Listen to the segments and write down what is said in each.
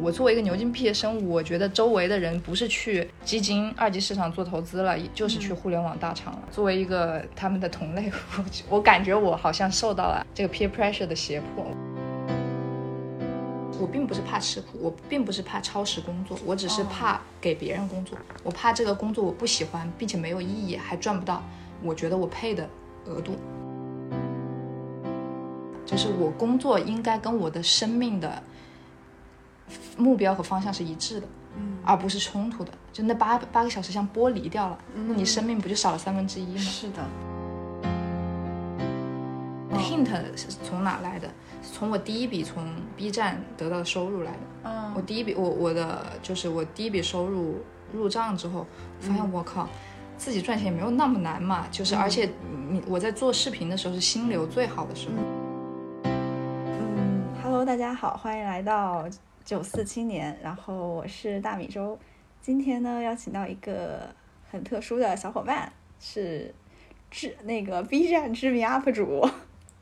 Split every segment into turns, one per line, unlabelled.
我作为一个牛津毕业生，我觉得周围的人不是去基金二级市场做投资了，就是去互联网大厂了。作为一个他们的同类，我我感觉我好像受到了这个 peer pressure 的胁迫。我并不是怕吃苦，我并不是怕超时工作，我
哦
只是怕给别人工作。我怕这个工作我不喜欢，并且没有意义，还赚不到我觉得我配的额度。就是我工作应该跟我的生命的目标和方向是一致的，
嗯
而不是冲突的。就那八八个小时像剥离掉了，那你
嗯
生命不就少了三分之一吗？
是的，
hint 是从哪来的？是从我第一笔从 B 站得到的收入来的。
嗯
我第一笔，我我的就是我第一笔收入入账之后，我发现我靠，自己赚钱也没有那么难嘛。就是而且你我在做视频的时候是心流最好的时候。
嗯，Hello，大家好，欢迎来到九四青年，然后我是大米粥。今天呢，邀请到一个很特殊的小伙伴，是知那个 B 站知名 UP 主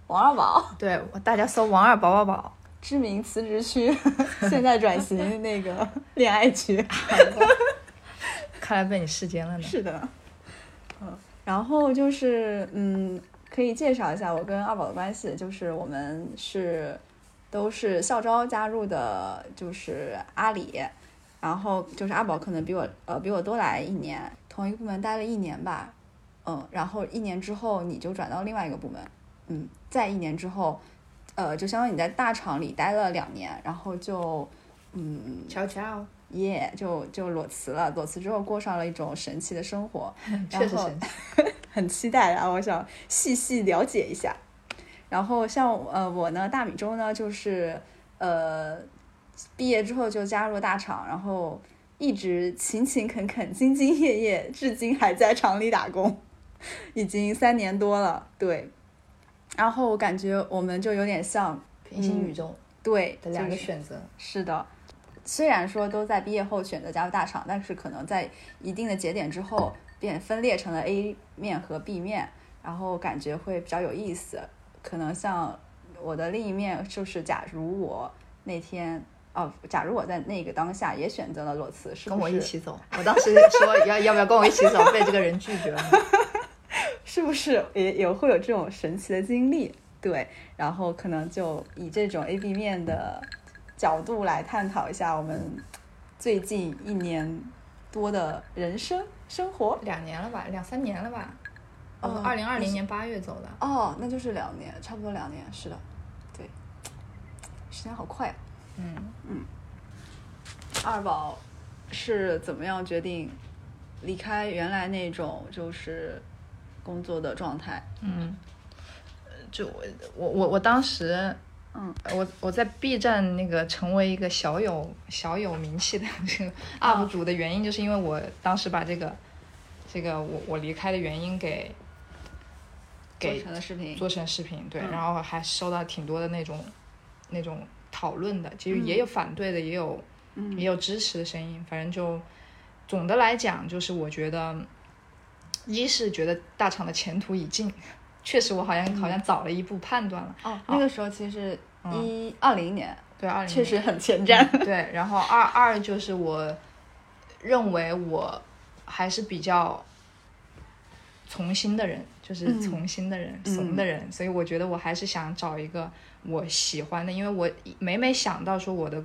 王二宝，
对，我大家搜王二宝宝宝。
知名辞职区， 现在转型那个恋爱区。
看来被你视奸了呢。
是的，嗯，然后就是嗯，可以介绍一下我跟二宝的关系，就是我们是都是校招加入的，就是阿里，然后就是阿宝可能比我呃比我多来一年，同一个部门待了一年吧，嗯，然后一年之后你就转到另外一个部门，嗯，再一年之后，呃，就相当于你在大厂里待了两年，然后就嗯
瞧 瞧，
耶、就就裸辞了，裸辞之后过上了一种神奇的生活，然
确实
后
神
很期待啊！我想细细了解一下。然后像呃我呢，大米粥呢，就是呃毕业之后就加入大厂，然后一直勤勤恳恳、兢兢业业，至今还在厂里打工，已经三年多了。对，然后我感觉我们就有点像
平行宇宙
对
的两
就
个
是
选择。
是的，虽然说都在毕业后选择加入大厂，但是可能在一定的节点之后便分裂成了 A 面和 B 面，然后感觉会比较有意思。可能像我的另一面就是，假如我那天哦，假如我在那个当下也选择了裸辞，是不
跟
是
我一起走，我当时说要要不要跟我一起走，被这个人拒绝了。
是不是也也会有这种神奇的经历？对，然后可能就以这种 A B 面的角度来探讨一下我们最近一年多的人生生活。
两年了吧，两三年了吧。我
嗯
二零二零年八月走的，
哦，那就是两年，差不多两年，是的，对，时间好快、啊。
嗯，
二宝是怎么样决定离开原来那种就是工作的状态？
就我我我我当时，呃
嗯，
我我在 B 站那个成为一个小有小有名气的这个 UP 主的原因，就是因为我当时把这个这个我我离开的原因给
做
给
成了视频，
做成视频，对，
嗯
然后还收到挺多的那种那种讨论的，其实
嗯
也有反对的，也有、也有支持的声音，反正就总的来讲，就是我觉得，一是觉得大厂的前途已尽，确实我好像、好
嗯
像早了一步判断了，
哦，那个时候其实
嗯
一二零年，
对，二零
确实很前瞻。
嗯对，然后二二就是我认为我还是比较从心的人，就是
嗯
从心的人、
嗯
怂的人，所以我觉得我还是想找一个我喜欢的，因为我每每想到说我的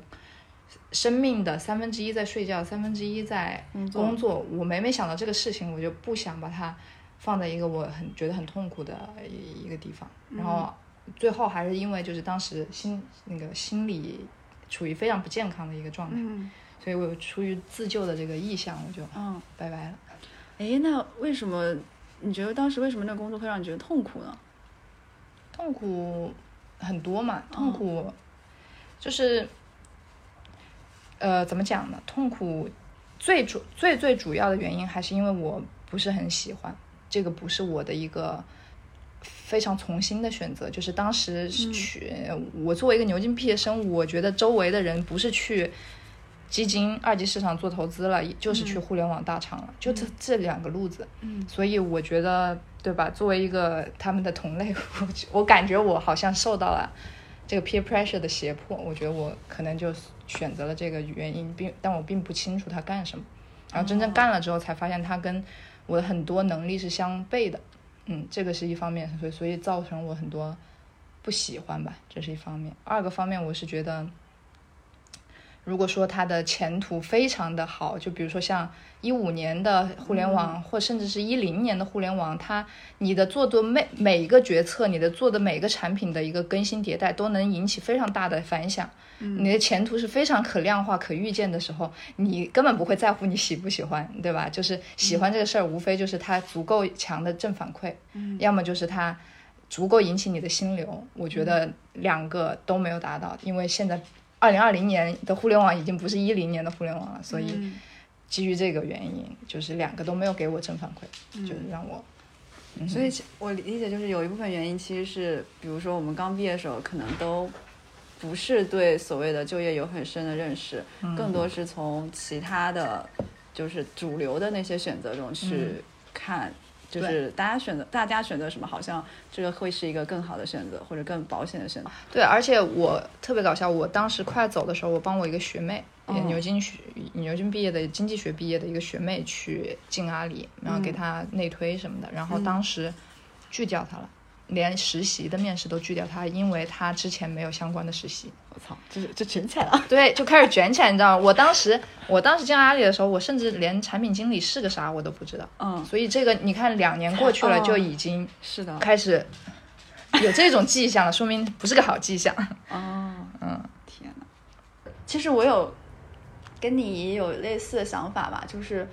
生命的三分之一在睡觉，三分之一在
工作
工作，我每每想到这个事情，我就不想把它放在一个我很觉得很痛苦的一一个地方，然
嗯
后最后还是因为就是当时心那个心理处于非常不健康的一个状态，
嗯
所以我出于自救的这个意向，我就
嗯，
拜拜了。
哎，那为什么你觉得当时为什么那个工作会让你觉得痛苦呢？
痛苦很多嘛，痛苦、就是呃怎么讲呢？痛苦最主最最主要的原因还是因为我不是很喜欢，这个不是我的一个。非常从心的选择，就是当时是去、我作为一个牛津毕业生，我觉得周围的人不是去基金二级市场做投资了，就是去互联网大厂了，就这这两个路子。
嗯，
所以我觉得，对吧？作为一个他们的同类，我我感觉我好像受到了这个 peer pressure 的胁迫，我觉得我可能就选择了这个原因，并但我并不清楚它干什么。然后真正干了之后，才发现它跟我的很多能力是相悖的。嗯，这个是一方面，所以所以造成我很多不喜欢吧，这是一方面。二个方面，我是觉得，如果说它的前途非常的好，就比如说像一五年的互联网，或甚至是一零年的互联网，它你的做的每每一个决策，你的做的每个产品的一个更新迭代，都能引起非常大的反响。
嗯
你的前途是非常可量化、可预见的时候，你根本不会在乎你喜不喜欢，对吧？就是喜
嗯
欢这个事儿，无非就是它足够强的正反馈，
嗯
要么就是它足够引起你的心流。我
嗯
觉得两个都没有达到，因为现在二零二零年的互联网已经不是一零年的互联网了，所以
嗯
基于这个原因，就是两个都没有给我正反馈，就是让我
嗯所以
嗯
其我理解就是有一部分原因其实是，比如说我们刚毕业的时候，可能都不是对所谓的就业有很深的认识，更多是从其他的就是主流的那些选择中去看，就是大家选择大家选择什么，好像这个会是一个更好的选择或者更保险的选择。
对，而且我特别搞笑，我当时快走的时候，我帮我一个学妹，也
哦
牛津学牛津毕业的经济学毕业的一个学妹去进阿里，然后给她内推什么的，然后当时拒掉她了。连实习的面试都拒掉她，因为她之前没有相关的实习，
我操，这这卷起来了！
对，就开始卷起来，你知道吗？我当时，我当时进阿里的时候，我甚至连产品经理是个啥我都不知道，
嗯，
所以这个你看，两年过去了，
哦
就已经
是的，
开始有这种迹象了，说明不是个好迹象。
哦，嗯，天哪！其实我有跟你有类似的想法吧，就是，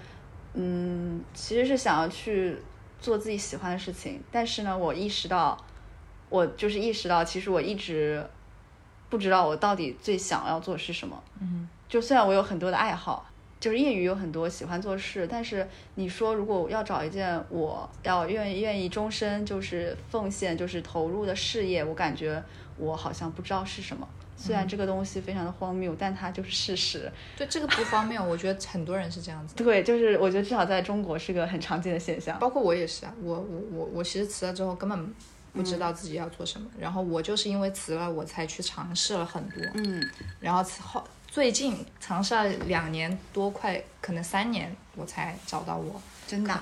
嗯，其实是想要去做自己喜欢的事情，但是呢，我意识到，我就是意识到，其实我一直不知道我到底最想要做的是什么。
嗯，
就虽然我有很多的爱好，就是业余有很多喜欢做事，但是你说如果要找一件我要愿意愿意终身就是奉献就是投入的事业，我感觉我好像不知道是什么。虽然这个东西非常的荒谬，但它就是事实。
对这个不方便，我觉得很多人是这样子的，
对，就是我觉得至少在中国是个很常见的现象。
包括我也是啊。我我我我其实辞了之后根本不知
嗯
道自己要做什么，然后我就是因为辞了，我才去尝试了很多，
嗯，
然后此后最近尝试了两年多，快可能三年，我才找到我。
真的，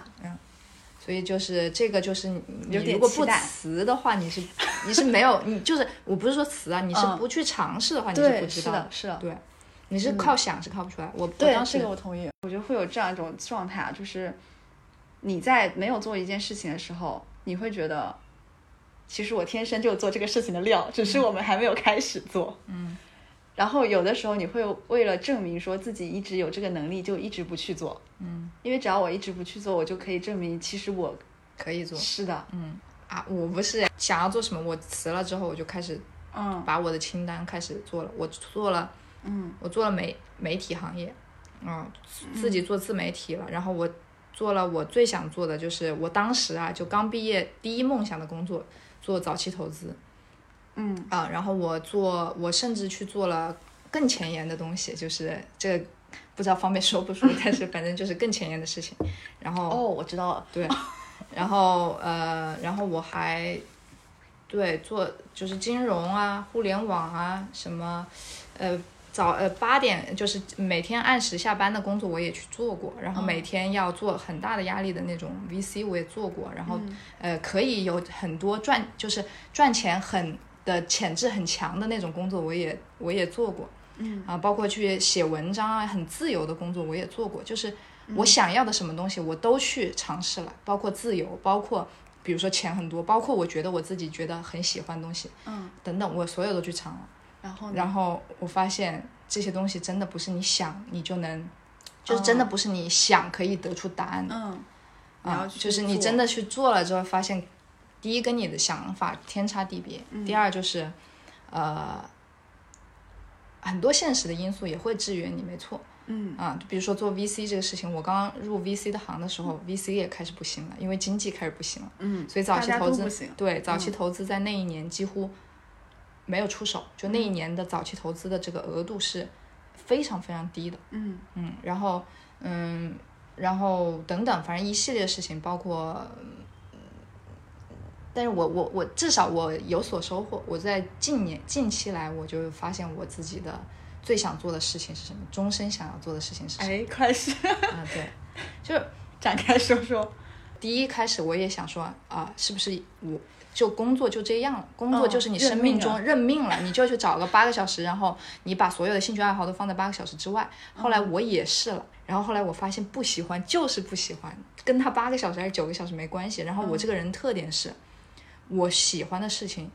所以就是这个，就是你
有
你
点
如果
期
不
待
辞的话，你是你是没有你就是我不是说辞啊，你是
嗯
不去尝试的话，你是不
对，
知
是
道
的，，是的。嗯
对，你是靠想是靠不出来。我我
对，
当时
这个我同意。我觉得会有这样一种状态啊，就是你在没有做一件事情的时候，你会觉得，其实我天生就有做这个事情的料，只是我们还没有开始做。嗯。然后有的时候你会为了证明说自己一直有这个能力，就一直不去做。嗯。因为只要我一直不去做，我就可以证明其实我
可以做
是的。
啊，我不是想要做什么，我辞了之后我就开始
嗯
把我的清单开始做了，我做了，
嗯，
我做了媒媒体行业，嗯，自己做自媒体了，然后我做了我最想做的就是我当时啊，就刚毕业第一梦想的工作，做早期投资，
嗯
啊，然后我做，我甚至去做了更前沿的东西，就是这个不知道方便说不说，但是反正就是更前沿的事情，然后
哦，我知道了。
对，然后呃，然后我还对做就是金融啊、互联网啊什么，呃早呃八点就是每天按时下班的工作我也去做过，然后每天要做很大的压力的那种 VC 我也做过，然后、呃可以有很多赚就是赚钱很的潜质很强的那种工作我也我也做过。
嗯
啊，包括去写文章啊，很自由的工作我也做过，就是我想要的什么东西我都去尝试了，包括自由，包括比如说钱很多，包括我觉得我自己觉得很喜欢的东西
嗯，
等等，我所有都去尝了。
然后呢？
然后我发现这些东西真的不是你想你就能，啊就是真的不是你想可以得出答案的。
嗯，你
啊
要，去
就是你
做
真的去做了之后，发现第一跟你的想法天差地别，
嗯
第二就是呃很多现实的因素也会制约你，没错。
嗯
啊，就比如说做 VC 这个事情，我刚刚入 VC 的行的时候、v c 也开始不行了，因为经济开始不行了，
嗯，
所以早期
大家
投
都
资
不行嗯
对早期投资在那一年几乎没有出手，就
嗯
那一年的早期投资的这个额度是非常非常低的。
嗯
嗯，然后嗯，然后等等，反正一系列事情，包括嗯但是我我我至少我有所收获。我在近年近期来，我就发现我自己的最想做的事情是什么，终身想要做的事情是什么、
哎，快是
啊？对，就是
展开说说。
第一开始我也想说啊，是不是我就工作就这样了？工作
嗯
就是你
认
生命
命
中认哦命了，你就去找个八个小时，然后你把所有的兴趣爱好都放在八个小时之外。后来我也是了，然后后来我发现不喜欢就是不喜欢，跟他八个小时还是九个小时没关系。然后我这个人特点是，我喜欢的事情。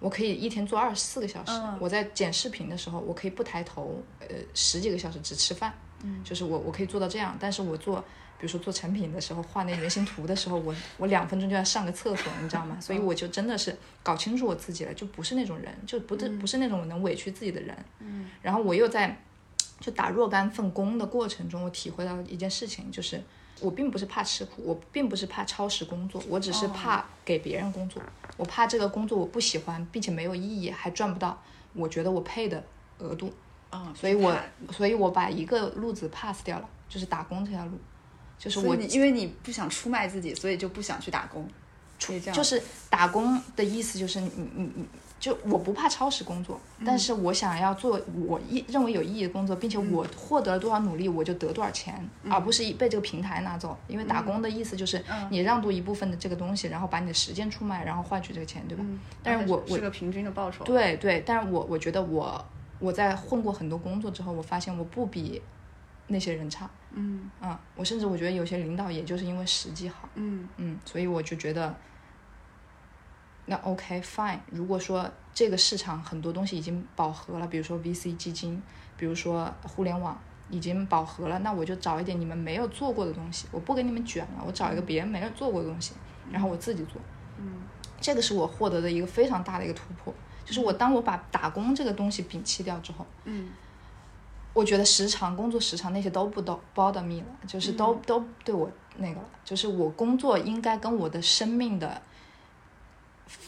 我可以一天做二十四个小时。
嗯
我在剪视频的时候，我可以不抬头，呃，十几个小时只吃饭。就是我我可以做到这样，但是我做，比如说做成品的时候，画那原型图的时候，我我两分钟就要上个厕所，你知道吗？所以我就真的是搞清楚我自己了，就不是那种人，就不是、不是那种能委屈自己的人。嗯。然后我又在就打若干份工的过程中，我体会到一件事情，就是我并不是怕吃苦，我并不是怕超时工作，我只是
哦
怕给别人工作，我怕这个工作我不喜欢，并且没有意义，还赚不到我觉得我配的额度。
嗯，
所以我所以我把一个路子 pass 掉了，就是打工这条路，就是
所
我
以你因为你不想出卖自己，所以就不想去打工，可以这样。
就是打工的意思就是你你你你就我不怕超时工作，但是我想要做我意认为有意义的工作，并且我获得了多少努力我就得多少钱，而不是被这个平台拿走。因为打工的意思就是你让渡一部分的这个东西，然后把你的时间出卖，然后换取这个钱，对
嗯
吧？嗯但是我我
是个平均的报酬。
对对，但是我我觉得我我在混过很多工作之后，我发现我不比那些人差。
嗯
嗯，我甚至我觉得有些领导也就是因为时机好，
嗯
嗯，所以我就觉得，那 OK fine。如果说这个市场很多东西已经饱和了，比如说 VC 基金，比如说互联网已经饱和了，那我就找一点你们没有做过的东西，我不给你们卷了，我找一个别人没有做过的东西，然后我自己做。
嗯
这个是我获得的一个非常大的一个突破，就是我当我把打工这个东西摒弃掉之后，
嗯
我觉得时长、工作时长那些都不都 bother me 了，就是都、
嗯
都对我那个了，就是我工作应该跟我的生命的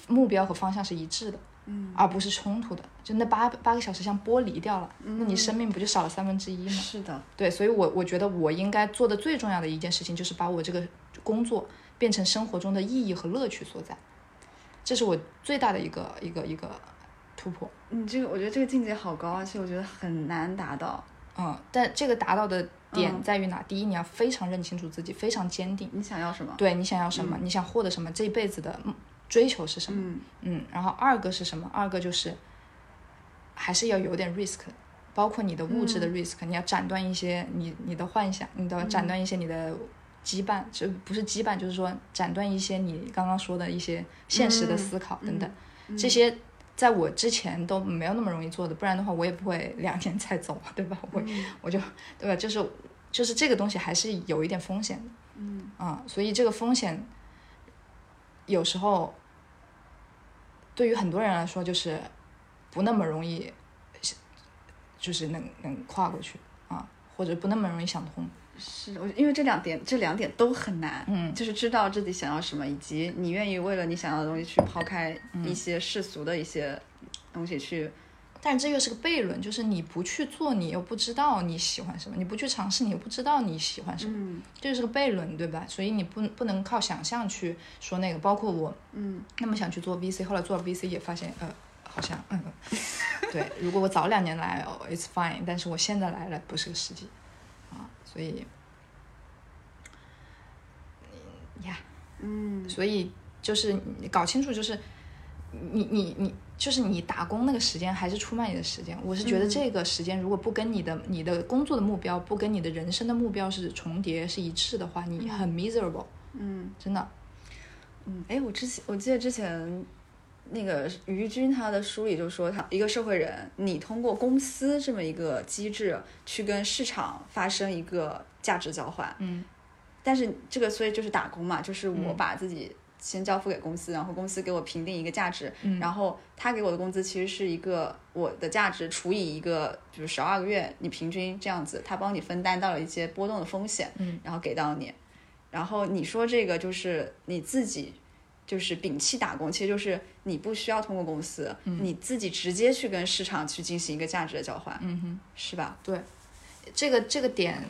目标和方向是一致的，
嗯，
而不是冲突的。就那八八个小时像剥离掉了，
嗯
那你生命不就少了三分之一吗？
是的，
对，所以我我觉得我应该做的最重要的一件事情，就是把我这个工作变成生活中的意义和乐趣所在，这是我最大的一个一个一个突破。
你嗯这个我觉得这个境界好高，而且我觉得很难达到。
嗯，但这个达到的点
嗯
在于哪？第一，你要非常认清楚自己，非常坚定，
你想要什么？
对你想要什么，你想获得什么，这一辈子的嗯追求是什么？
嗯
嗯，然后二个是什么？二个就是还是要有点 risk，包括你的物质的 risk，、你要斩断一些你你的幻想，你的斩断一些你的羁绊，这、不是羁绊，就是说斩断一些你刚刚说的一些现实的思考等等，
嗯
这些。在我之前都没有那么容易做的，不然的话我也不会 两年才走，对吧？我、我就对吧？就是就是这个东西还是有一点风险的，嗯啊，所以这个风险有时候对于很多人来说，就是不那么容易，就是能能跨过去啊，或者不那么容易想通。
是我因为这两点这两点都很难。
嗯
就是知道自己想要什么，以及你愿意为了你想要的东西去抛开一些世俗的一些东西去，
但这又是个悖论，就是你不去做，你又不知道你喜欢什么；你不去尝试，你又不知道你喜欢什么。
嗯
这就是个悖论，对吧？所以你不不能靠想象去说那个。包括我
嗯
那么想去做 VC，后来做了 VC 也发现，呃，好像，嗯，对，如果我早两年来、哦、，it's fine，但是我现在来了不是个时机，啊，所以，嗯呀、
嗯
所以就是你搞清楚，就是你你你，就是你打工那个时间还是出卖你的时间。我是觉得
嗯
这个时间如果不跟你的你的工作的目标，不跟你的人生的目标是重叠是一致的话，你很 miserable，
嗯。
真的。
嗯，哎，我之前我记得之前那个于军他的书里就说他，一个社会人，你通过公司这么一个机制去跟市场发生一个价值交换，
嗯
但是这个所以就是打工嘛，就是我把自己先交付给公司，然后公司给我评定一个价值，
嗯
然后他给我的工资其实是一个我的价值除以一个，就是十二个月你平均这样子，他帮你分担到了一些波动的风险，
嗯，
然后给到你。然后你说这个就是你自己，就是摒弃打工，其实就是你不需要通过公司，
嗯
你自己直接去跟市场去进行一个
嗯
价值的交换，
嗯哼。
是吧？
这个这个点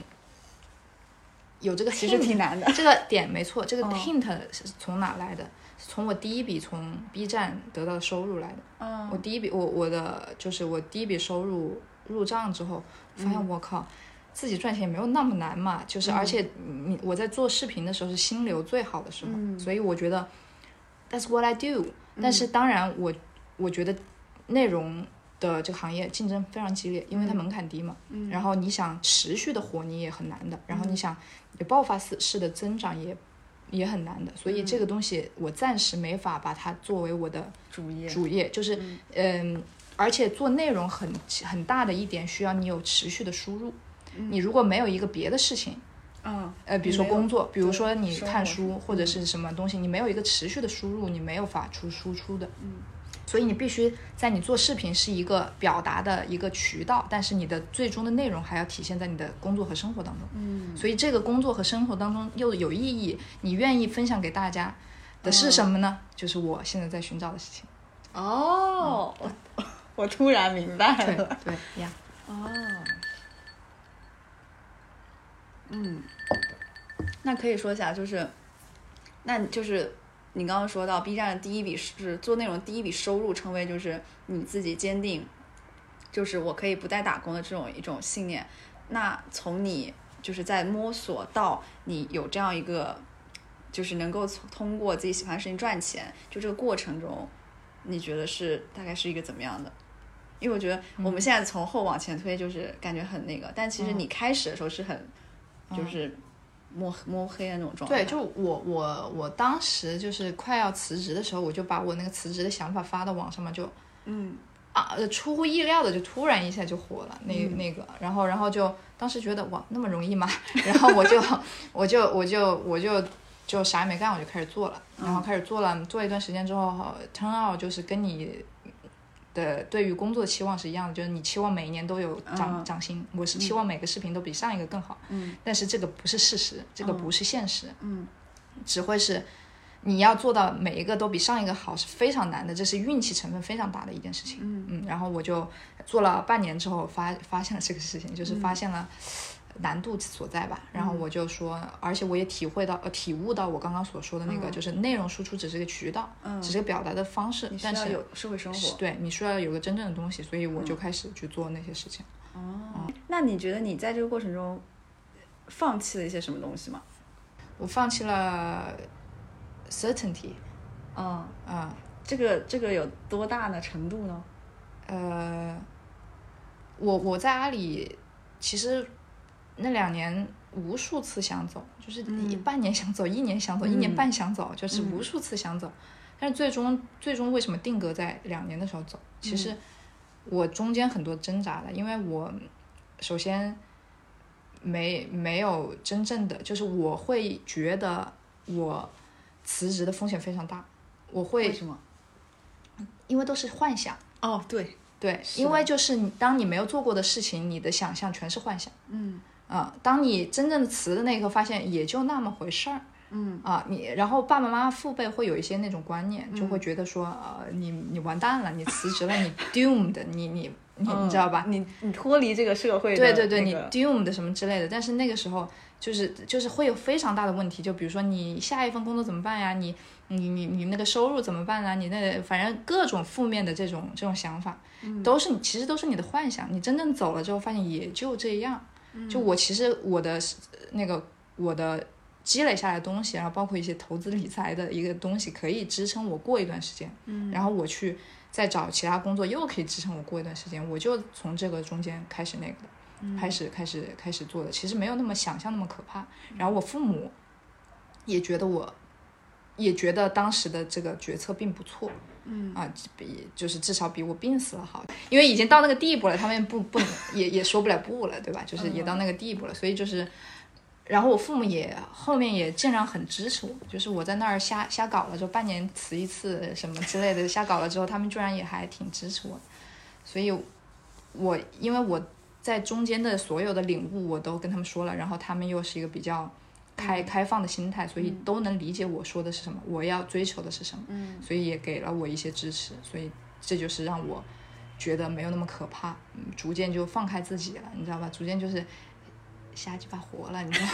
有这个 hint,
其实挺难的。
这个点没错，这个
嗯
hint 是从哪来的？是从我第一笔从 B 站得到的收入来的。
嗯
我第一笔，我我的就是我第一笔收入入账之后，我发现我靠，自己赚钱也没有那么难嘛。就是而且你我在做视频的时候是心流最好的时候，所以我觉得 that's what I do。但是当然我，我觉得内容的这个行业竞争非常激烈，因为它门槛低嘛。然后你想持续的火，你也很难的。然后你想有爆发式式的增长也。也很难的，所以这个东西我暂时没法把它作为我的
主业
主业，就是嗯，而且做内容很很大的一点需要你有持续的输入。你如果没有一个别的事情，
嗯
呃，比如说
没有
工作，比如
对
说你
生
看
活嗯
书或者是什么东西，你没有一个持续的输入，你没有法出输出的。嗯，所以你必须在你做视频是一个表达的一个渠道，但是你的最终的内容还要体现在你的工作和生活当中。嗯，所以这个工作和生活当中又有意义，你愿意分享给大家的
嗯
是什么呢？就是我现在在寻找的事情。
哦，我 我突然明白
对
了。
对呀。
哦，嗯，那可以说一下，就是，那你就是你刚刚说到 B 站的第一笔是做内容第一笔收入，成为就是你自己坚定，就是我可以不再打工的这种一种信念。那从你就是在摸索到你有这样一个，就是能够从通过自己喜欢的事情赚钱，就这个过程中，你觉得是大概是一个怎么样的？因为我觉得我们现在从后往前推，就是感觉很那个，但其实你开始的时候是很，就是摸摸黑的那种状
对，
态。
就我我我当时就是快要辞职的时候，我就把我那个辞职的想法发到网上嘛，就
嗯
啊，呃出乎意料的就突然一下就火了，那、
嗯
那个，然后然后就当时觉得哇那么容易吗？然后 我就我就我就我就就啥也没干，我就开始做了，然
嗯
后开始做了，做一段时间之后，turn out 就是跟你。的对于工作的期望是一样的，就是你期望每一年都有涨、
嗯
涨薪，我是期望每个视频都比上一个更好，
嗯
但是这个不是事实，这个不是现实，
嗯
只会是你要做到每一个都比上一个好是非常难的，这是运气成分非常大的一件事情。
嗯
然后我就做了半年之后发发现了这个事情，就是
嗯
发现了难度所在吧。然后我就说，而且我也体会到呃体悟到我刚刚所说的那个，就是内容输出只是一个渠道，
嗯
只是个表达的方式
你，需
但
要
是
有社会生活。嗯
对你需要有个真正的东西，所以我就开始去做那些事情。
哦，那你觉得你在这个过程中放弃了一些什么东西吗？
我放弃了 certainty
嗯，
啊、
这个这个有多大呢程度呢？
呃，我我在阿里其实那两年无数次想走，就是一半年想走，一年想走，一年半想走，就是无数次想走，但是最终最终为什么定格在两年的时候走？其实我中间很多挣扎的，因为我首先没没有真正的，就是我会觉得我辞职的风险非常大，我
为
会
什么？
因为都是幻想。
哦，对，
对，
是
因
的
为就是你当你没有做过的事情，你的想象全是幻想。
嗯
啊、当你真正辞的那一刻，发现也就那么回事儿。
嗯
啊，你然后爸爸妈妈父辈会有一些那种观念，就
嗯
会觉得说，呃，你你完蛋了，你辞职了，你 doomed，你你你
嗯
你知道吧？
你你脱离这个社会的、
对对对，
那
你
个
doomed 什么之类的。但是那个时候就是就是会有非常大的问题，就比如说你下一份工作怎么办呀？你你你你那个收入怎么办啊？你那反正各种负面的这种这种想法，
嗯
都是你其实都是你的幻想。你真正走了之后，发现也就这样。
嗯
就我其实我的呃那个我的。积累下来的东西，然后包括一些投资理财的一个东西，可以支撑我过一段时间。嗯，然后我去再找其他工作，又可以支撑我过一段时间。我就从这个中间开始那个的。开始开始开始做的，其实没有那么想象那么可怕。然后我父母也觉得我，也觉得当时的这个决策并不错，嗯啊，比就是至少比我病死了好，因为已经到那个地步了，他们不不能也也说不了不了，对吧？就是也到那个地步了，所以就是。然后我父母也后面也尽量很支持我，就是我在那儿瞎瞎搞了之后，半年辞一次什么之类的，瞎搞了之后，他们居然也还挺支持我的，所以我因为我在中间的所有的领悟我都跟他们说了，然后他们又是一个比较开、开放的心态，所以都能理解我说的是什么，我要追求的是什么，
嗯
所以也给了我一些支持，所以这就是让我觉得没有那么可怕，嗯，逐渐就放开自己了，你知道吧？逐渐就是瞎鸡巴活了，你知道吗？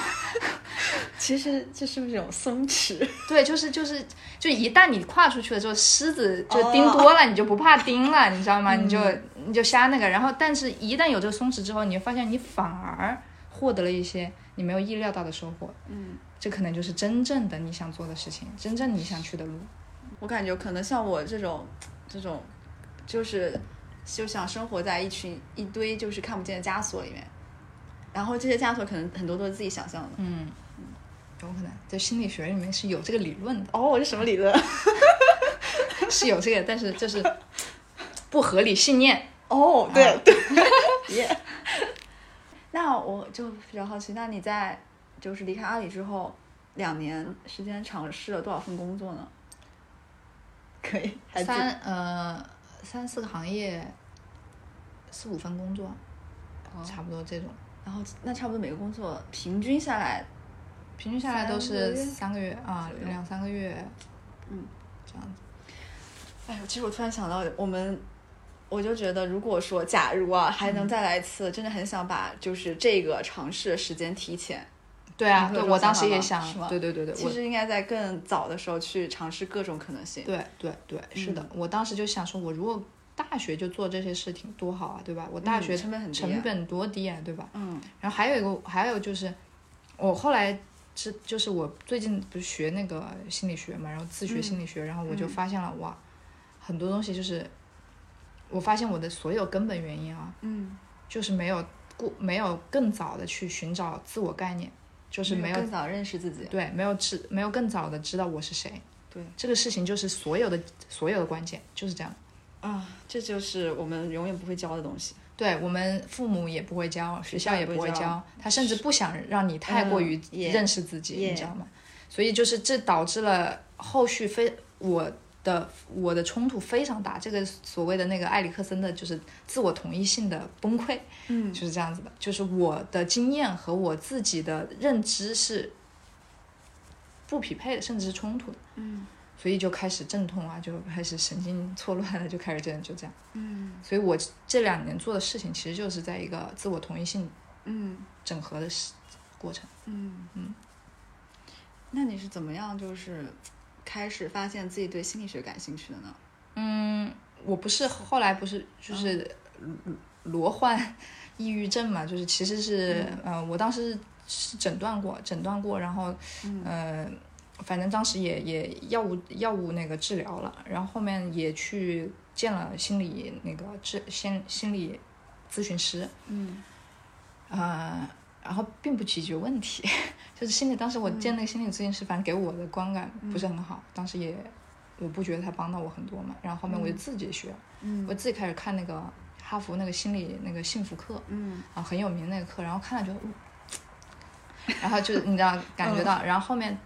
其实这是不是一种松弛？
对，就是就是，就一旦你跨出去了之后，狮子就叮多了，你就不怕叮了，你知道吗？你就你就瞎那个，然后但是一旦有这个松弛之后，你就发现你反而获得了一些你没有意料到的收获。
嗯，
这可能就是真正的你想做的事情，真正你想去的路。
我感觉可能像我这种，这种，就是就想生活在一群一堆就是看不见的枷锁里面，然后这些枷锁可能很多都是自己想象的。
嗯，有可能在心理学里面是有这个理论的，
哦，我是什么理论？
是有这个，但是就是不合理信念。
哦，对、
啊
对，耶。那我就比较好奇，那你在就是离开阿里之后两年时间，尝试了多少份工作呢？可以，还记得
三呃三四个行业，四五份工作，差不多这种。
然后那差不多每个工作平均下来，
平均下来都是三个月啊
左，右
两三个月，
嗯，
这样子。
哎呦，其实我突然想到，我们我就觉得，如果说假如啊还能再来一次，真的很想把就是这个尝试的时间提前。
对
你
啊，
会
对
有
我
这种
当时也想
想法吗是吗，
对对对对，
其
我
实应该在更早的时候去尝试各种可能性。
对对对，是的，我当时就想说，我如果大学就做这些事情多好啊，对吧？我大
嗯
学
成本很低啊
成本多低啊，对吧？
嗯
然后还有一个，还有就是，我后来是就是我最近不是学那个心理学嘛，然后自学心理
嗯
学，然后我就发现了哇，很多东西就是，我发现我的所有根本原因啊，
嗯，
就是没有过没有更早的去寻找自我概念，就是没有
更早认识自己。
对没有知没有更早的知道我是谁。
对
这个事情就是所有的所有的关键就是这样。
啊，这就是我们永远不会教的东西。
对我们父母也不会教，学校也不会
学校也不会
教，他甚至不想让你太过于
嗯也
认识自己，
也
你知道吗？所以就是这导致了后续非我的我的冲突非常大，这个所谓的那个埃里克森的就是自我同一性的崩溃，
嗯
就是这样子的，就是我的经验和我自己的认知是不匹配的，甚至是冲突的，
嗯
所以就开始阵痛啊，就开始神经错乱了，就开始这样就这样。
嗯
所以我这两年做的事情，其实就是在一个自我同一性
嗯
整合的事过程。
嗯
嗯。
那你是怎么样就是开始发现自己对心理学感兴趣的呢？
嗯，我不是后来不是就是罗患抑郁症嘛，就是其实是、呃，我当时是诊断过，诊断过，然后
嗯
呃，反正当时也也药物药物那个治疗了，然后后面也去见了心理那个治心心理咨询师，
嗯
呃，然后并不解决问题， 就是心理当时我见那个心理咨询师，反正给我的观感不是很好，当时也我不觉得他帮到我很多嘛，然后后面我就自己学，
嗯
我自己开始看那个哈佛那个心理那个幸福课
嗯
啊，很有名那个课，然后看了就，嗯然后就你知道感觉
嗯
到，然后后面，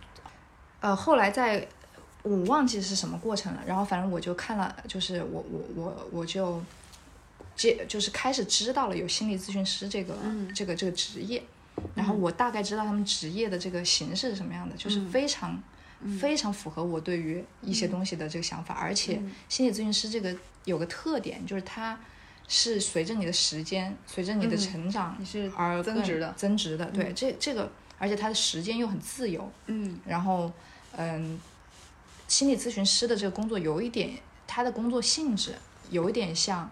呃，后来在。我忘记是什么过程了，然后反正我就看了，就是我我我我就接就是开始知道了有心理咨询师这个、
嗯
这个这个职业，然后我大概知道他们职业的这个形式是什么样的，就是
嗯
非常、非常符合我对于一些东西的这个想法，而且
嗯
心理咨询师这个有个特点，就是它是随着你的时间，随着你的
嗯
成长
你是
而
增
更
值的
增值的。对，这这个，而且它的时间又很自由，
嗯
然后，嗯，心理咨询师的这个工作有一点，他的工作性质有一点像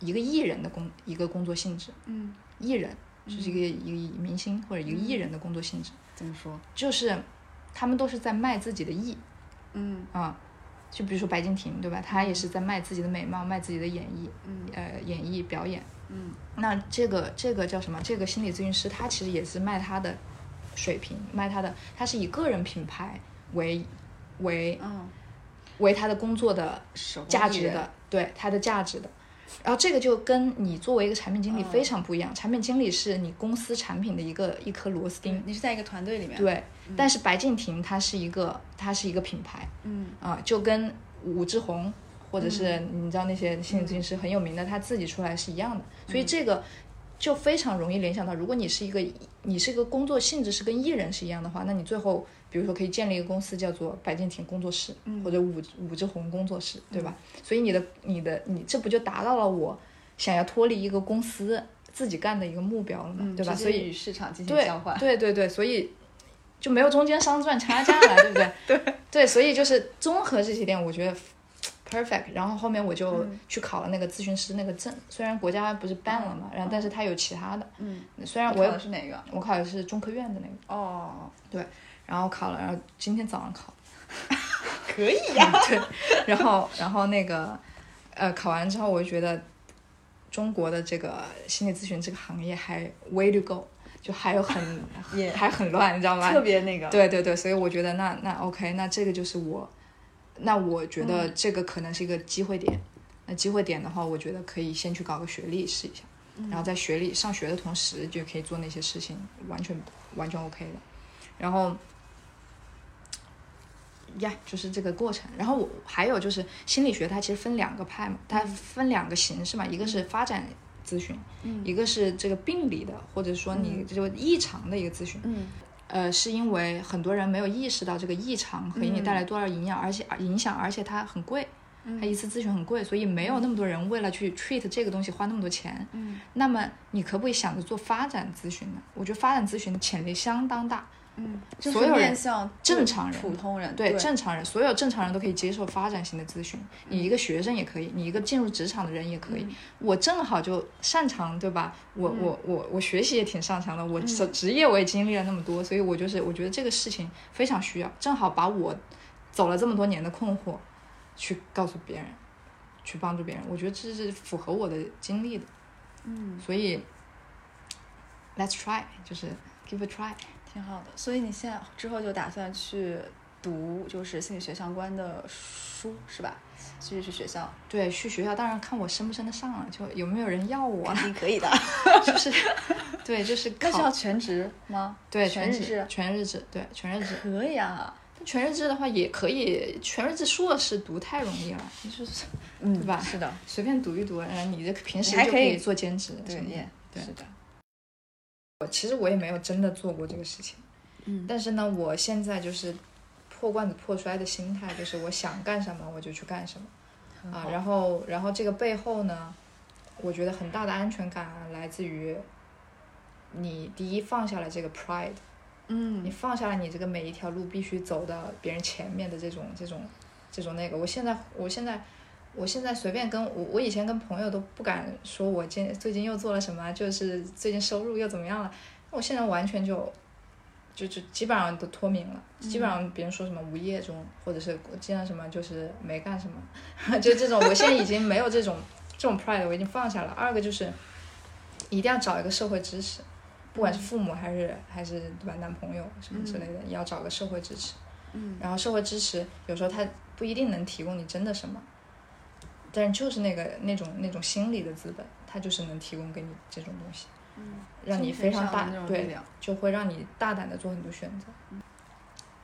一个艺人的工一个工作性质，
嗯，
艺人就是一个、一个明星或者一个艺人的工作性质，
怎么说？
就是他们都是在卖自己的艺
嗯
啊、就比如说白敬亭对吧？他也是在卖自己的美貌，卖自己的演绎，
嗯
呃，演绎表演。
嗯
那这个这个叫什么？这个心理咨询师他其实也是卖他的水平，卖他的，他是以个人品牌为为
嗯，
为他的工作的
手工
价
艺
值
人
的，对他的价值的。然后这个就跟你作为一个产品经理
嗯
非常不一样，产品经理是你公司产品的一个一颗螺丝
对
钉，
你是在一个团队里面，，
对。但是白敬亭他是一个他是一个品牌，
嗯
啊，就跟武志红或者是你知道那些心理咨询师很有名的，他自己出来是一样的，所以
嗯
这个就非常容易联想到，如果你是一个你是一个工作性质是跟艺人是一样的话，那你最后比如说可以建立一个公司叫做白敬亭工作室、
嗯
或者武武志红工作室，对吧？所以你的你的你这不就达到了我想要脱离一个公司。自己干的一个目标了嘛，
嗯
对吧？
直
所
接
以
与市场进行
对
交换，
对对对，所以就没有中间商赚差价了，对 不对？对对，所以就是综合这些点，我觉得 perfect。然后后面我就
嗯
去考了那个咨询师那个证，虽然国家不是办了嘛，然后但是他有其他的，
嗯，
虽然
你
我
考
也
的是哪个？
我考的是中科院的那个，
哦，
然后考了，然后今天早上考。
可以，
对，然后然后那个呃，考完之后我就觉得中国的这个心理咨询这个行业还 way to go，就还有 很
也
还很乱，你知道吗？
特别那个，
对对对，所以我觉得那那 OK，那这个就是我，那我觉
嗯
得这个可能是一个机会点。那机会点的话，我觉得可以先去搞个学历试一下，
嗯
然后在学历上学的同时就可以做那些事情，完全完全 OK 的。然后呀就是这个过程。然后我还有就是心理学，它其实分两个派嘛，它分两个形式嘛，一个是发展咨询，
嗯
一个是这个病理的，或者说你就异常的一个咨询。
嗯
呃，是因为很多人没有意识到这个异常可以你带来多少影响，而且影响，而且它很贵，它一次咨询很贵，所以没有那么多人为了去 treat 这个东西花那么多钱。
嗯，
那么你可不可以想着做发展咨询呢？我觉得发展咨询的潜力相当大，
嗯，就
所
是
有人
面向
正常人
普通人，
对正常人，所有正常人都可以接受发展型的咨询，你一个学生也可以，你一个进入职场的人也可以。我正好就擅长，对吧？我、我我我学习也挺擅长的，我职职业我也经历了那么多，所以我就是我觉得这个事情非常需要，正好把我走了这么多年的困惑去告诉别人，去帮助别人，我觉得这是符合我的经历的，
嗯，
所以 let's try，就是 give a try。
挺好的。所以你现在之后就打算去读就是心理学相关的书是吧？继续去学校，
对，去学校当然看我升不升得上了，就有没有人要我啊了，
你可以的。
就是，对，就是
但是
考
要全职吗？
对全
全日制
制，全日制，对全日制。
可以啊，
全日制的话也可以，全日制硕士读太容易了，你就是
嗯，
对吧
是的，
随便读一读，然后你这平时
你还
就
可以
以做兼职什
对
么的。
也
对
是的，
我其实我也没有真的做过这个事情，
嗯
但是呢，我现在就是破罐子破摔的心态，就是我想干什么我就去干什么啊。然后，然后这个背后呢，我觉得很大的安全感啊来自于你第一放下了这个 pride，你
嗯
放下了你这个每一条路必须走到别人前面的这种这种这种那个，我现在我现在我现在随便跟我我以前跟朋友都不敢说我今最近又做了什么，就是最近收入又怎么样了，我现在完全就就就基本上都脱敏了，基
嗯
本上别人说什么无业中，或者是我见到什么就是没干什么， 就这种我现在已经没有这种这种 pride，我已经放下了。二个就是一定要找一个社会支持。不
嗯
管是父母还是还是对吧男朋友什么之类的，也要找个社会支持。
嗯，
然后社会支持有时候他不一定能提供你真的什么，但是就是那个那种那种心理的资本，它就是能提供给你这种东西，
嗯
让你
精神
非常
上的
大
那种力
对，
量，
就会让你大胆的做很多选择。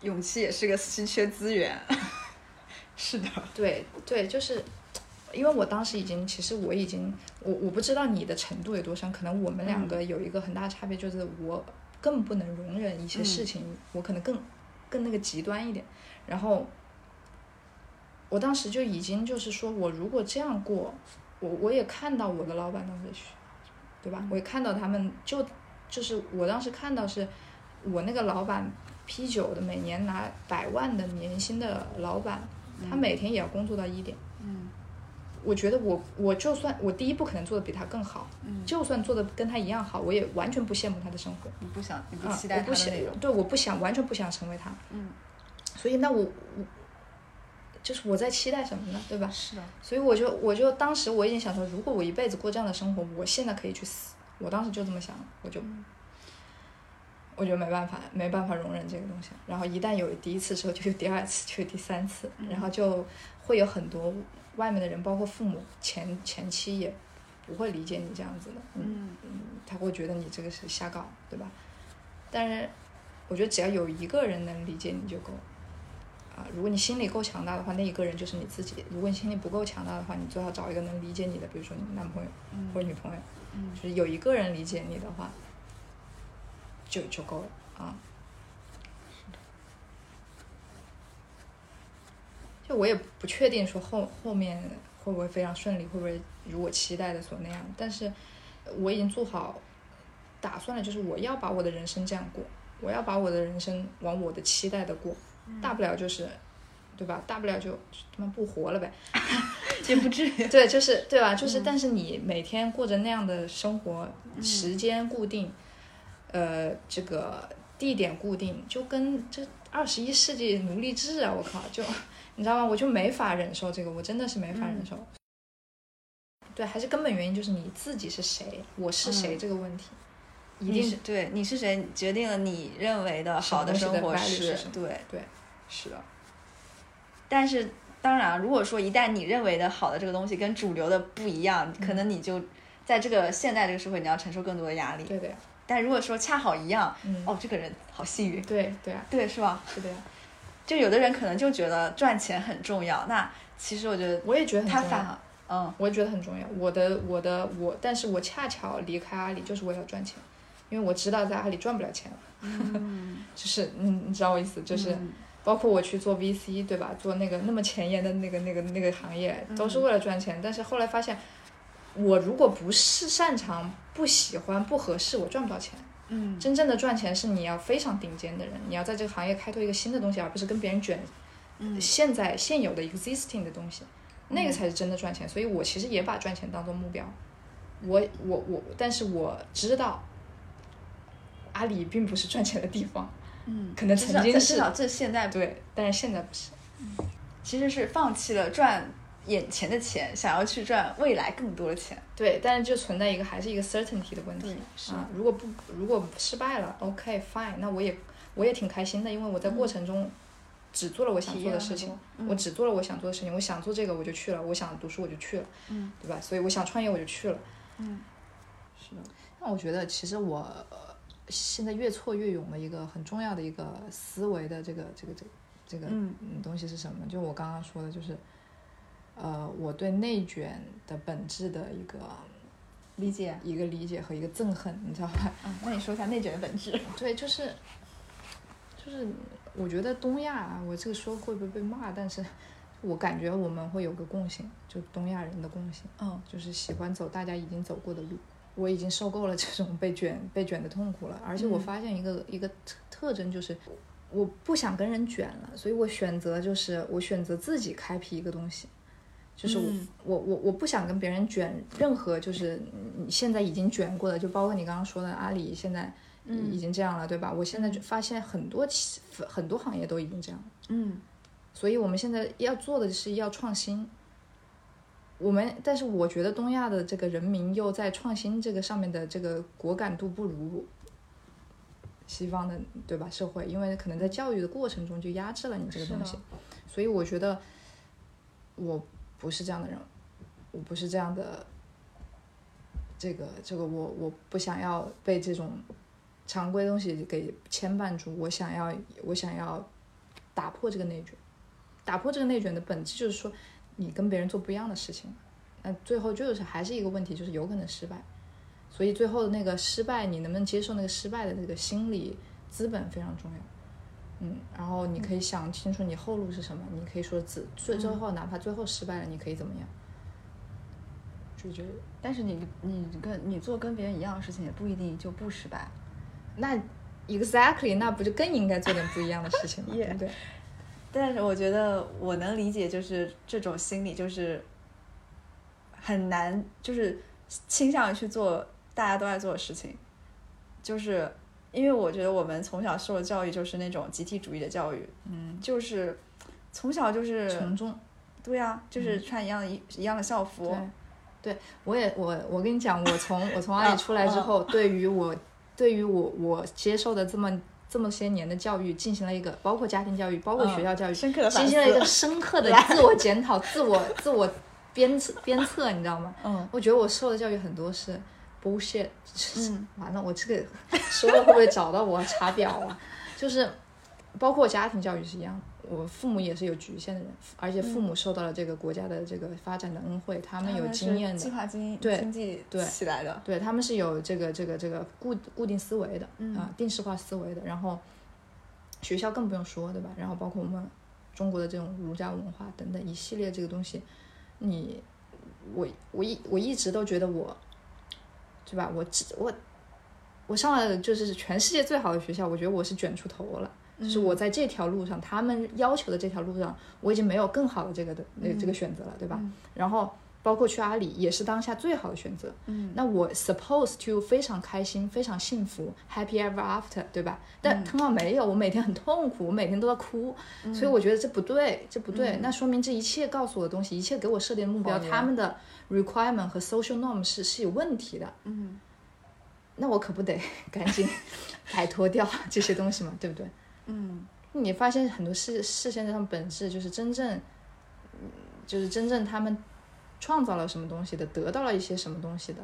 勇气也是个稀缺资源。是的，
对对，就是因为我当时已经，其实我已经，我我不知道你的程度有多深，可能我们两个有一个很大的差别，就是我更不能容忍一些事情，我可能更更那个极端一点。然后我当时就已经就是说我如果这样过，我我也看到我的老板当时需，对吧？我也看到他们就就是我当时看到是我那个老板。P 九的每年拿百万的年薪的老板，他每天也要工作到一点。
嗯
我觉得我我就算我第一不可能做的比他更好，
嗯，
就算做的跟他一样好，我也完全不羡慕他的生活。
你不想，你不
啊
期待
我
他
不
的
想
那种，
对，我不想，完全不想成为他。
嗯，
所以那我我就是我在期待什么呢？对吧？
是的，
所以我就我就当时我已经想说，如果我一辈子过这样的生活，我现在可以去死。我当时就这么想，我就、我就没办法，没办法容忍这个东西。然后一旦有第一次之后，就有第二次，就有第三次，然后就会有很多外面的人，包括父母前前妻也不会理解你这样子的，嗯，
嗯
他会觉得你这个是瞎搞，对吧？但是我觉得只要有一个人能理解你就够了。啊，如果你心里够强大的话，那一个人就是你自己；如果你心里不够强大的话，你最好找一个能理解你的，比如说你男朋友或者女朋友，
嗯
就是有一个人理解你的话，就就够了啊。就我也不确定说后后面会不会非常顺利，会不会如我期待的所那样，但是我已经做好打算了，就是我要把我的人生这样过，我要把我的人生往我的期待的过，大不了就是，对吧？大不了就他妈不活了呗。
也不至于。
对，就是对吧？
嗯
就是，但是你每天过着那样的生活，时间固定，呃，这个地点固定，就跟这二十一世纪奴隶制啊！我靠，就你知道吗？我就没法忍受这个，我真的是没法
嗯
忍受。对，还是根本原因就是你自己是谁，我是谁这个问题，一
嗯你
定
是对你是谁决定了你认为的
什么
好的
东西
生
的
活
value
是
是什么
对
对
是的，但是当然，啊如果说一旦你认为的好的这个东西跟主流的不一样，可
嗯
能你就在这个现代这个社会你要承受更多的压力。
对的呀，
但如果说恰好一样，
嗯，
哦，这个人好幸运，
对对啊，
对，是吧？
是的呀，
就有的人可能就觉得赚钱很重要，那其实我觉得
我也觉得很
他
重要
反而，嗯
我也觉得很重要。我的我的我，但是我恰巧离开阿里就是为了赚钱，因为我知道在阿里赚不了钱了。就是你你知道我意思，
嗯
就是包括我去做 VC 对吧？做那个那么前沿的那个那个那个行业，都是为了赚钱。但是后来发现，我如果不是擅长、不喜欢、不合适，我赚不到钱。
嗯，
真正的赚钱是你要非常顶尖的人，你要在这个行业开拓一个新的东西，而不是跟别人卷
嗯
现在现有的 existing 的东西，那个才是真的赚钱。所以我其实也把赚钱当做目标，我我我，但是我知道，阿里并不是赚钱的地方，
嗯，
可能
至
曾
少
经
至
是
少这现在
对，但是现在不是。
其实是放弃了赚眼前的钱，想要去赚未来更多的钱。
对，但是就存在一个还是一个 certainty 的问题
嗯是
啊。如果不如果失败了，OK fine，那我也我也挺开心的，因为我在过程中只做了我想
体
做的
验
事
很
情
多，嗯
我只做了我想做的事情，我想做这个我就去了，我想读书我就去了，
嗯，
对吧？所以我想创业我就去了。
是的，
那我觉得其实我呃现在越挫越勇的一个很重要的一个思维的这个这个这个这个
嗯
嗯东西是什么？就我刚刚说的，就是呃我对内卷的本质的一个。
理解。
一个理解和一个憎恨，你知道吧？
嗯，那你说一下内卷的本质。
对，就是就是，我觉得东亚啊，我这个说会不会被骂？但是我感觉我们会有个共性，就东亚人的共性，
嗯，
就是喜欢走大家已经走过的路。我已经受够了这种被卷被卷的痛苦了，而且我
嗯
发现一个、一个特特征就是。我不想跟人卷了，所以我选择就是我选择自己开辟一个东西，就是我、
嗯
我我我不想跟别人卷任何，就是你现在已经卷过的，就包括你刚刚说的阿里现在已经这样了，对吧？我现在就发现很多企很多行业都已经这样了，
嗯
所以我们现在要做的是要创新。我们，但是我觉得东亚的这个人民又在创新这个上面的这个果敢度不如西方的，对吧？社会，因为可能在教育的过程中就压制了你这个东西
是，
所以我觉得我不是这样的人，我不是这样的，这个这个我我不想要被这种常规东西给牵绊住，我想要我想要打破这个内卷，打破这个内卷的本质就是说你跟别人做不一样的事情，那最后就是还是一个问题，就是有可能失败，所以最后那个失败你能不能接受那个失败的这个心理资本非常重要。嗯，然后你可以想清楚你后路是什么，你可以说自最最后哪怕最后失败了，你可以怎么样？就觉得
但是你你跟你做跟别人一样的事情，也不一定就不失败。
那 exactly 那不就更应该做点不一样的事情吗？对不对？
但是我觉得我能理解，就是这种心理，就是很难，就是倾向于去做大家都在做的事情，就是因为我觉得我们从小受的教育就是那种集体主义的教育，嗯，就是从小就是
从众。
对呀、就是穿一样的衣、一样的校服，
对，对我也我我跟你讲，我从我从阿里出来之后，对于我对于我我接受的这么这么些年的教育，进行了一个包括家庭教育，包括学校教育，
深刻的反
进
思
行了一个深刻的自我检讨、自我自我鞭策鞭策，你知道吗？
嗯，
我觉得我受的教育很多是 bullshit，
嗯
完了，我这个说了会不会找到我查表啊？就是包括家庭教育是一样，我父母也是有局限的人，而且
嗯
父母受到了这个国家的这个发展的恩惠，他们有经验
计
的，
划经
对
经济
对
起来的，
对他们是有这个这个这个固固定思维的，
嗯
啊，定式化思维的。然后学校更不用说，对吧？然后包括我们中国的这种儒家文化等等一系列这个东西，你我我一我一直都觉得我对吧？我只我我上了就是全世界最好的学校，我觉得我是卷出头了。就是我在这条路上，他们要求的这条路上，我已经没有更好的这个的那、这个选择了，对吧？然后包括去阿里也是当下最好的选择。嗯，那我 supposed to 非常开心，非常幸福，happy ever after，对吧？但他妈没有，我每天很痛苦，我每天都在哭，所以我觉得这不对，这不对。那说明这一切告诉我的东西，一切给我设定的目标，他们的 requirement 和 social norm 是是有问题的。嗯，那我可不得 赶紧摆脱掉这些东西嘛，对不对？你发现很多事事现在他们本质就是真正，嗯就是真正他们创造了什么东西的，得到了一些什么东西的，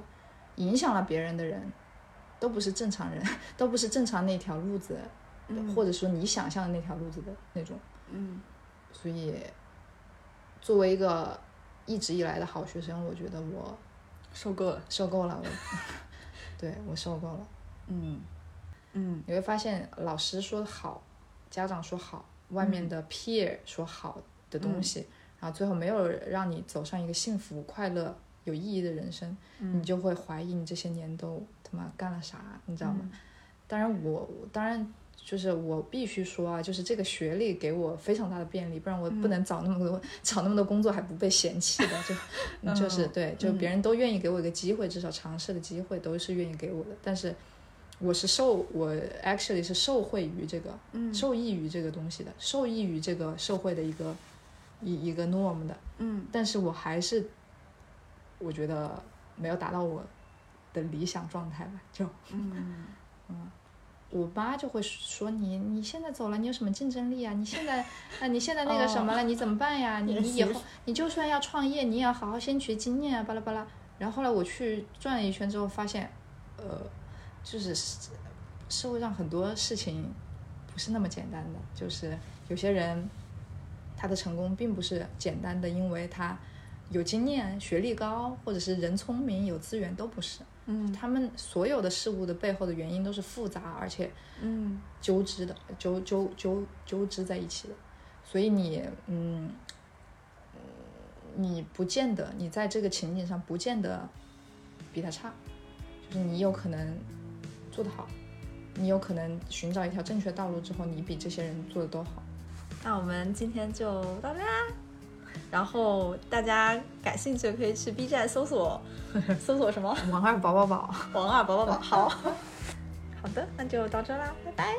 影响了别人的人，都不是正常人， 都不是正常那条路子，或者说你想象的那条路子的那种。
嗯，
所以，作为一个一直以来的好学生，我觉得我
受够了。
受够了，我 对我受够了。
음.
嗯嗯
你会发现老师说好，家长说好，外面的 peer 说好的东西，然后最后没有让你走上一个幸福、快乐、有意义的人生，你就会怀疑你这些年都他妈干了啥，你知道
음.
吗？当然我，我当然就是我必须说啊，就是这个学历给我非常大的便利，不然我不能找那么多、 找那么多工作还不被嫌弃的，就 嗯就是对，就别人都愿意给我一个机会，至少尝试的机会都是愿意给我的，但是。我是受我 actually 是受惠于这个，嗯，受益于这个东西的，受益于这个社会的一个一一个 norm 的，
嗯，
但是我还是我觉得没有达到我的理想状态吧，就
음.
嗯
我妈就会说你你现在走了，你有什么竞争力啊？你现在啊你现在那个什么了，你怎么办呀？你你以后你就算要创业，你也要好好先学经验啊，巴拉巴拉。然后后来我去转了一圈之后，发现，呃，就是社社会上很多事情不是那么简单的，就是有些人他的成功并不是简单的，因为他有经验、学历高，或者是人聪明、有资源都不是。
음.
嗯
他们所有的事物的背后的原因都是复杂而且
음.
嗯
纠织的，纠纠纠纠织在一起的。所以你，嗯，嗯嗯你不见得你在这个情景上不见得比他差，就是你有可能做得好，你有可能寻找一条正确道路之后，你比这些人做的都好。
那我们今天就到这啦。然后大家感兴趣可以去 B 站搜索搜索什么
王二宝宝宝。
“王二宝宝宝”。好，好的，那就到这啦，拜拜。